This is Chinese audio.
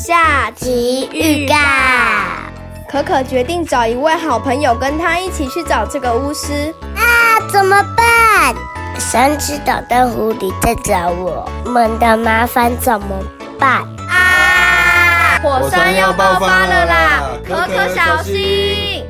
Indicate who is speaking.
Speaker 1: 下集预告。
Speaker 2: 可可决定找一位好朋友跟他一起去找这个巫师。
Speaker 1: 那怎么办？三只捣蛋狐狸在找我们的麻烦怎么办？
Speaker 2: 啊！火
Speaker 3: 山要爆发了啦可可小
Speaker 2: 心。